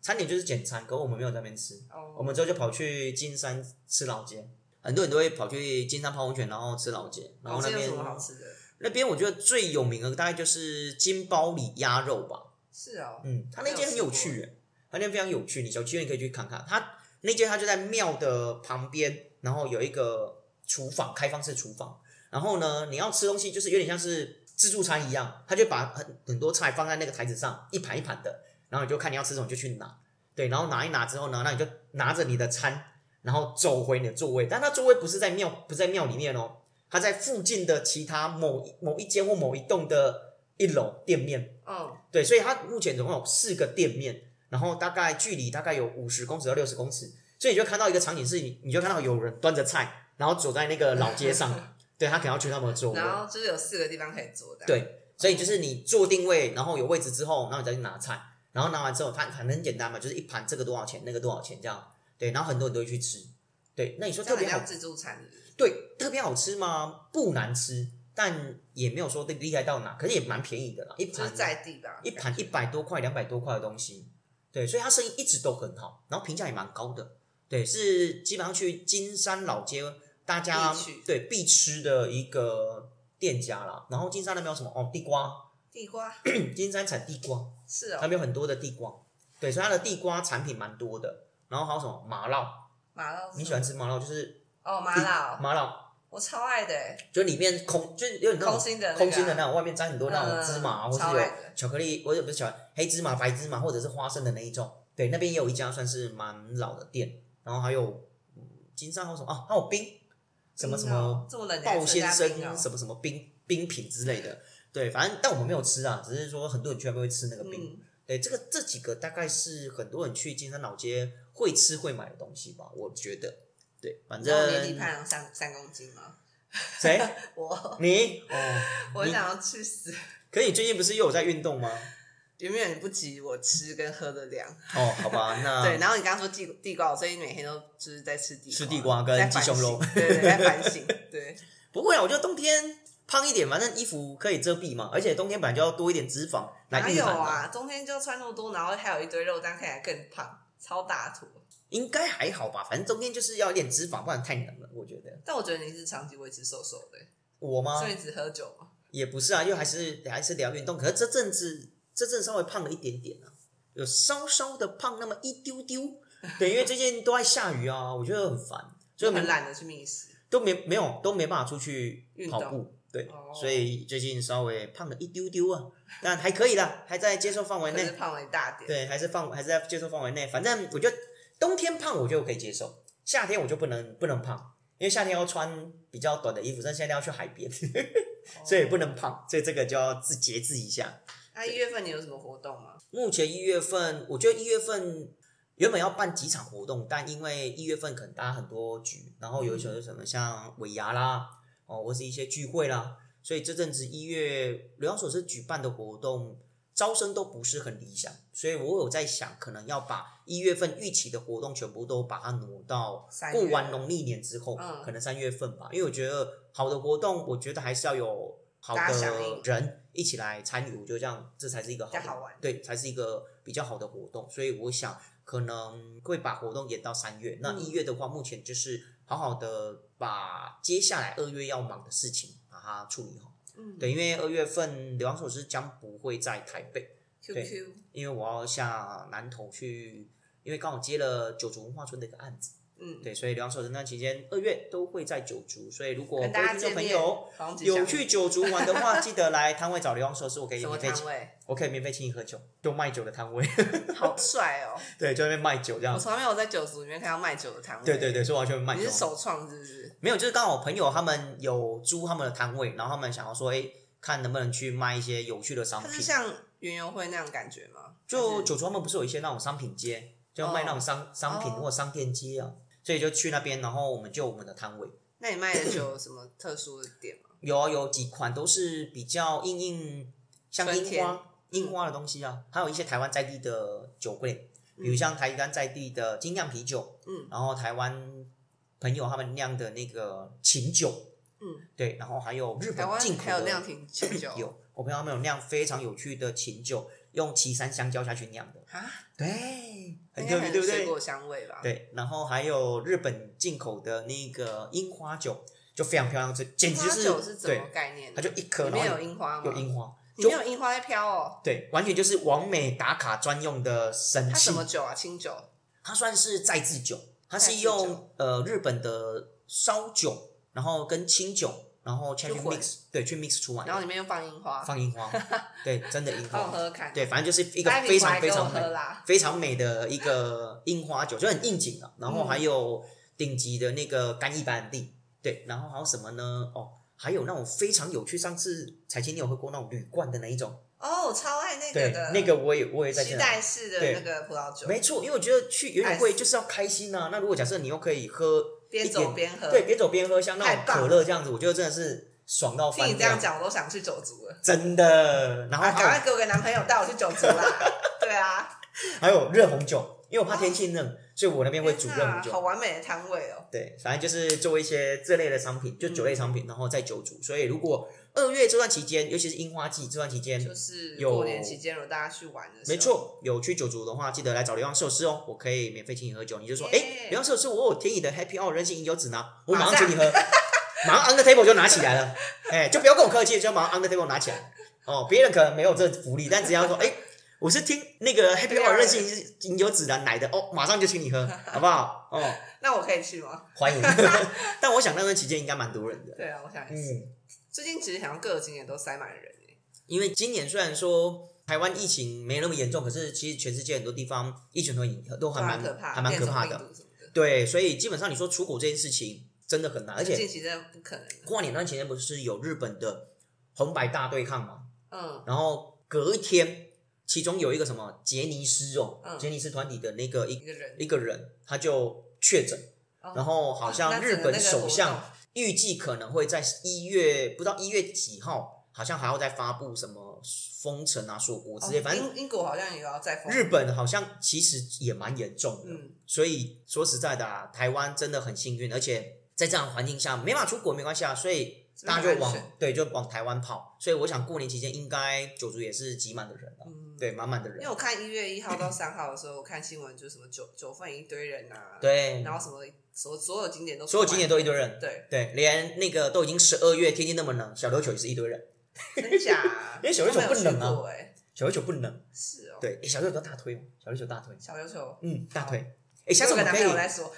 B: 餐点就是简餐，可我们没有在那边吃。我
A: 哦，
B: 们之后就跑去金山吃老街，很多人都会跑去金山泡温泉，然后吃老街，然后
A: 哦这
B: 那
A: 有
B: 边
A: 什么好吃的？
B: 那边我觉得最有名的大概就是金包里鸭肉吧，
A: 是哦，
B: 嗯，它那间很有趣耶，它那间非常有趣，你有机会可以去看看。它那间它就在庙的旁边，然后有一个厨房，开放式厨房，然后呢，你要吃东西就是有点像是自助餐一样，他就把很很多菜放在那个台子上，一盘一盘的，然后你就看你要吃什么就去拿，对，然后拿一拿之后呢，那你就拿着你的餐，然后走回你的座位，但他座位不是在庙，不是在庙里面哦，他在附近的其他某一某一间或某一栋的一楼店面，
A: 嗯，
B: 对，所以它目前总共有四个店面，然后大概距离大概有五十公尺到六十公尺，所以你就看到一个场景是你，你就看到有人端着菜，然后走在那个老街上，对他可能要去他们的座位，
A: 然后就是有四个地方可以坐的，，
B: 对，所以就是你坐定位，然后有位置之后，然后你再去拿菜，然后拿完之后，它反正很简单嘛，就是一盘这个多少钱，那个多少钱这样。对，然后很多人都会去吃。对，那你说特
A: 特别
B: 别好
A: 像，自助餐是不是
B: 对，特别好吃吗？不难吃，但也没有说厉害到哪，可是也蛮便宜的啦，一
A: 就
B: 盘
A: 是在地吧，
B: 一盘一百多块、两百多块的东西。对，所以它生意一直都很好，然后评价也蛮高的。对，是基本上去金山老街大家
A: 必去
B: 对必吃的一个店家啦。然后金山那边有什么？哦，地瓜，
A: 地瓜
B: 金山产地瓜，
A: 是
B: 那
A: 哦，
B: 边有很多的地瓜，对，所以它的地瓜产品蛮多的。然后还有什么麻辣？
A: 马拉
B: 你喜欢吃麻辣？就是
A: 哦，麻辣哦，
B: 麻辣，
A: 我超爱的欸，
B: 就里面空，就是有点那
A: 空
B: 种
A: 心的那个啊，
B: 空心的那种，外面沾很多那种
A: 嗯
B: 芝麻啊，或
A: 超
B: 是有
A: 爱的
B: 巧克力，或者不是巧克力黑芝麻、白芝麻，或者是花生的那一种。对，那边也有一家算是蛮老的店，然后还有嗯金山还有什么啊，还有冰，什么什
A: 冰哦
B: 么
A: 这么冷，
B: 鲍先生
A: 么
B: 什么什么冰冰品之类的。对，反正但我们没有吃啊，只是说很多人去那边会吃那个冰。
A: 嗯，
B: 对，这个这几个大概是很多人去金山老街会吃会买的东西吧，我觉得。对，反
A: 然后我年底
B: 正
A: 胖了三三公斤嘛，
B: 谁
A: 我
B: 你哦，
A: 我
B: 你
A: 想要去 死，
B: 可你最近不是又有在运动吗？
A: 远远不及我吃跟喝的量。
B: 哦，好吧，那
A: 对，然后你刚刚说地地瓜，我最近每天都就是在吃地瓜，
B: 吃地瓜跟
A: 在反
B: 鸡胸肉
A: 省对对，在反 省，对，
B: 不会啊，我觉得冬天胖一点，反正衣服可以遮蔽嘛，而且冬天本来就要多一点脂肪来
A: 哪
B: 御
A: 有
B: 寒、
A: 啊？冬天就穿那么多，然后还有一堆肉，这样看起来更胖，超大坨。
B: 应该还好吧，反正冬天就是要一点脂肪，不然太冷了，我觉得。
A: 但我觉得你是长期维持瘦瘦的欸、
B: 我吗
A: 所？以你只喝酒嘛？
B: 也不是啊，因为还是还是得要运动，可是这阵子这阵稍微胖了一点点啊，有稍稍的胖那么一丢丢，对，因为最近都在下雨啊，我觉得很烦，
A: 就
B: 所以我们
A: 很懒得去觅食。
B: 都没没有都没办法出去
A: 运
B: 跑
A: 动
B: 步，对，
A: 哦
B: 所以最近稍微胖了一丢丢啊，但还可以啦，还在接受范围
A: 可是
B: 内，
A: 胖了一大点，
B: 哎对，还是放还是在接受范围内。反正我觉得冬天胖我就可以接受，夏天我就不能不能胖，因为夏天要穿比较短的衣服，但夏天要去海边， 所以不能胖，所以这个就要自节制一下。
A: 哦那一月份你有什么活动吗？
B: 目前一月份，我觉得一月份原本要办几场活动，但因为一月份可能大家很多局，然后有一些什么像尾牙啦，哦，或是一些聚会啦，所以这阵子一月流浪所是举办的活动招生都不是很理想，所以我有在想，可能要把一月份预期的活动全部都把它挪到
A: 三月
B: 过完农历年之后，
A: 嗯
B: 可能三月份吧，因为我觉得好的活动，我觉得还是要有好
A: 大家响
B: 的
A: 应
B: 人一起来参与，我觉得这样这才是一个好的
A: 比较好玩
B: 对，才是一个比较好的活动。所以我想可能会把活动延到三月。那
A: 嗯
B: 一月的话，目前就是好好的把接下来二月要忙的事情把它处理好。
A: 嗯，
B: 对，因为二月份流浪手师将不会在台北，
A: ，QQ
B: 因为我要下南投去，因为刚好接了九族文化村的一个案子，
A: 嗯，
B: 对，所以流浪手师那期间二月都会在九族，所以如果
A: 跟
B: 各
A: 大
B: 位
A: 家
B: 听众
A: 见
B: 朋
A: 面
B: 友。，
A: 好像吉祥
B: 有去九族玩的 话，记得来摊位找流浪手师，我可以
A: 什么
B: 免费
A: 摊
B: 请，
A: 位？
B: 我可以免费请你喝酒，就卖酒的摊位，
A: 好帅哦！
B: 对，就在那边卖酒这
A: 我
B: 样。
A: 从来没有在酒组里面看到卖酒的摊位。
B: 对对对，所以我要去那边卖
A: 哦你
B: 酒
A: 是。首创是不是？
B: 没有，就是刚好朋友他们有租他们的摊位，然后他们想要说，哎，看能不能去卖一些有趣的商
A: 它
B: 品
A: 是。像园游会那样感觉吗？
B: 就
A: 还是
B: 九族他们不是有一些那种商品街，就卖那种商商品
A: 哦
B: 或商店街啊，所以就去那边，然后我们就有我们的摊位。
A: 那你卖的酒有什么特殊的点吗？
B: 有啊，有几款都是比较硬硬，像
A: 春
B: 樱
A: 天
B: 花、樱花的东西啊，还有一些台湾在地的酒类，
A: 嗯
B: 比如像台湾在地的精酿啤酒，
A: 嗯
B: 然后台湾朋友他们酿的那个琴酒，
A: 嗯，
B: 对，然后还有日
A: 台
B: 本
A: 湾
B: 进口
A: 还有
B: 的
A: 酿挺清酒
B: 有，我朋友他们有酿非常有趣的琴酒，用岐山香蕉下去酿的，
A: 啊，
B: 对，很
A: 应
B: 特
A: 该
B: 别，
A: 很
B: 对
A: 有
B: 不
A: 水
B: 对？
A: 果香味吧？，
B: 对，然后还有日本进口的那个樱花酒，就非常漂亮，这简直就是
A: 酒是怎
B: 对
A: 么，概念
B: 它
A: 呢？
B: 就一颗，
A: 里
B: 然
A: 面
B: 后
A: 有樱花吗？
B: 有樱花，
A: 里
B: 就
A: 面有樱花在飘哦。
B: 对，完全就是完美打卡专用的神
A: 它
B: 器
A: 什。么酒啊？清酒。
B: 它算是再制酒，它
A: 再
B: 是
A: 制
B: 用
A: 酒
B: 呃日本的烧酒，然后跟清酒，然后去
A: 就混
B: mix，对，去 mix 出来的，
A: 然后里面又放樱花，
B: 放 樱花，对，真的樱
A: 帮我
B: 花，
A: 喝喝看。
B: 对，反正就是一
A: 一
B: 个非常非常
A: 喝
B: 美、
A: 啦。
B: 非常美的一个樱花酒，就很应景啊。然后
A: 嗯
B: 还有顶级的那个干邑白兰地，对，然后还有什么呢？哦，还有那种非常有趣，上次彩琴你有喝过那种铝罐的那一种，
A: 哦，我超爱那个
B: 对
A: 的，，
B: 那个我也我也在
A: 期
B: 现场
A: 待式的
B: 对
A: 那个葡萄酒，
B: 没错，因为我觉得去游泳会就是要开心啊。那如果假设你又可以喝，
A: 边走边喝。
B: 对，，边走边喝，像那种
A: 呃太棒
B: 可乐这样子，我觉得真的是爽到
A: 听
B: 翻
A: 你这样
B: 掉，
A: 讲，我都想去酒足了。
B: 真的。然后
A: 啊，赶快
B: 还有
A: 给我个男朋友带我去酒足 啦！对啊，
B: 还有热红酒，因为我怕天气冷，所以我那边会煮
A: 哦天
B: 热红
A: 哪好
B: 酒。
A: 完美的摊位哦。
B: 对，反正就是做一些这类的商品，就酒类商
A: 嗯
B: 品，然后再酒煮。所以如果二月这段期间，尤其是樱花季这段期间，
A: 就是
B: 嗯有
A: 过年期间，如果大家去玩的时候，
B: 没，错，有去酒族的话，记得来找流浪寿司哦，我可以免费请你喝酒。你就说，哎、
A: 耶
B: 流浪寿司，我有听你的 Happy Hour 人形饮酒指南，我
A: 马
B: 马上请你喝， 马上 on the table 就拿起来了， 哎、就不要跟我客气，就马上 on the table 拿起来。哦，别人可能没有这福利，但只要说，哎、我是听那个 Happy Hour
A: Hour
B: 认识饮饮酒指南来的哦，马上就请你喝，好不好？哦，
A: 那我可以去吗？
B: 欢 迎。但我想那段期间应该蛮多人的，
A: 对啊，我想也是。
B: 嗯，
A: 最近其实好像各个景点都塞满了人耶，
B: 因为今年虽然说台湾疫情没那么严重，可是其实全世界很多地方疫情都很都
A: 都
B: 还蛮
A: 蛮可怕，
B: 还蛮可怕
A: 变种
B: 的。
A: 病毒什么的，
B: 对，所以基本上你说出国这件事情真的很难，而且
A: 近期真的不可能的。
B: 跨年那段期间不是有日本的红白大对抗吗？
A: 嗯，
B: 然后隔一天，其中有一个什么杰尼斯哦，
A: 嗯
B: 杰尼斯团体的那个一
A: 一个人，
B: 一个人他就确诊，
A: 哦
B: 然后好像
A: 那
B: 日
A: 整个
B: 本
A: 那个
B: 首
A: 活
B: 相
A: 动
B: 预计可能会在一月不知道一月几号，好像还要再发布什么封城啊、锁国之类，
A: 哦
B: 反正。
A: 英英国好像也要再封
B: 日，本好像其实也蛮严重的，
A: 嗯，
B: 所以说实在的、啊，台湾真的很幸运，而且在这样的环境下没办法出国没关系啊，所以大家就
A: 这边
B: 往
A: 很安全
B: 对就往台湾跑，所以我想过年期间应该九族也是挤满的人了、
A: 嗯
B: 对，满满的
A: 因
B: 人
A: 为，我看一月一号到三号的时候，我看新闻就什么九九份一堆人啊，，
B: 对，
A: 然后什么所所有景点都
B: 所有景点都一堆人，
A: 对，
B: 对，连那个都已经十二月天气那么冷，小琉球也是一堆人，
A: 真假？
B: 因为小琉球不冷
A: 我没有
B: 啊
A: 去过哎，
B: 小琉球不冷，
A: 是哦，，
B: 对，诶小琉球都大推哦，小琉球大推，
A: 小琉球，
B: 嗯，大推，哎，下次我
A: 跟
B: 们
A: 男
B: 可
A: 朋
B: 以
A: 友，在说，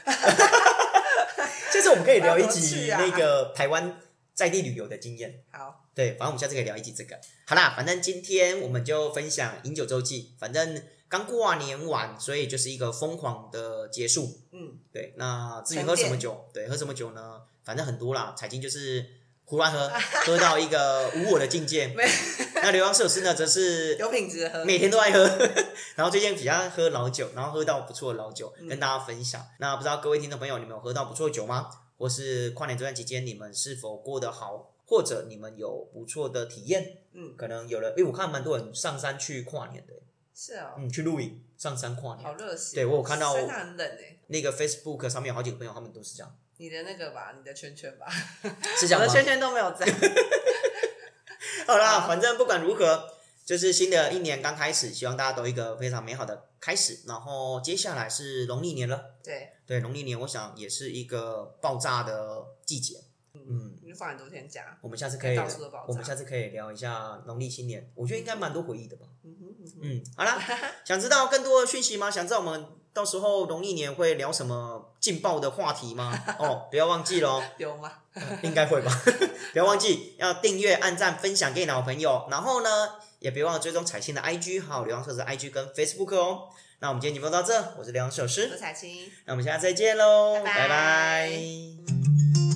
B: 下次我们可以聊 一
A: 我要
B: 集
A: 去啊
B: 那个台湾在地旅游的经验。
A: 好，
B: 对，反正我们下次可以聊一集这个。好啦，反正今天我们就分享饮酒周记。反正刚过完年晚，所以就是一个疯狂的结束。
A: 嗯，
B: 对，那至于
A: 沉
B: 喝什么
A: 淀
B: 酒，对，喝什么酒呢？反正很多啦，彩金就是胡乱喝，喝到一个无我的境界。
A: 没
B: 那流浪摄影师呢，则是
A: 有品质的喝，
B: 每天都爱喝，然后最近比较喝老酒，然后喝到不错的老酒，
A: 嗯
B: 跟大家分享。那不知道各位听众朋友，你们有喝到不错的酒吗？或是跨年这段期间，你们是否过得好，或者你们有不错的体验？
A: 嗯，
B: 可能有人，因为我看蛮多人上山去跨年的，
A: 是哦，
B: 嗯，去露营，上山跨
A: 好
B: 年。
A: 热血，哦
B: 对我有看到
A: 山上很冷哎，
B: 那个 Facebook 上面有好几个朋友，他们都是这样，
A: 你的那个吧，你的圈圈吧，
B: 是这
A: 我
B: 样吗
A: 的？圈圈都没有在，
B: 好啦，
A: 好
B: 反正不管如何，就是新的一年刚开始，希望大家都有一个非常美好的开始。然后接下来是农历年了。
A: 对，
B: 对，农历年我想也是一个爆炸的季节。嗯，
A: 你就放很多天假，
B: 我们下次可以
A: 到处都爆炸，
B: 我们下次可以聊一下农历新年，我觉得应该蛮多回忆的吧。
A: 嗯哼嗯哼
B: 嗯，好啦，想知道更多的讯息吗？想知道我们到时候农历年会聊什么劲爆的话题吗？哦，不要忘记喽，
A: 有吗？
B: 应该会吧。 不要忘记要订阅、按赞、分享给你的好朋友，然后呢，也别忘了追踪彩信的 IG，还有流浪社的 IG 跟 Facebook 哦。那我们今天节目就到这，我是流浪社师
A: 我，彩青。
B: 那我们下次再见喽，
A: 拜拜
B: 拜拜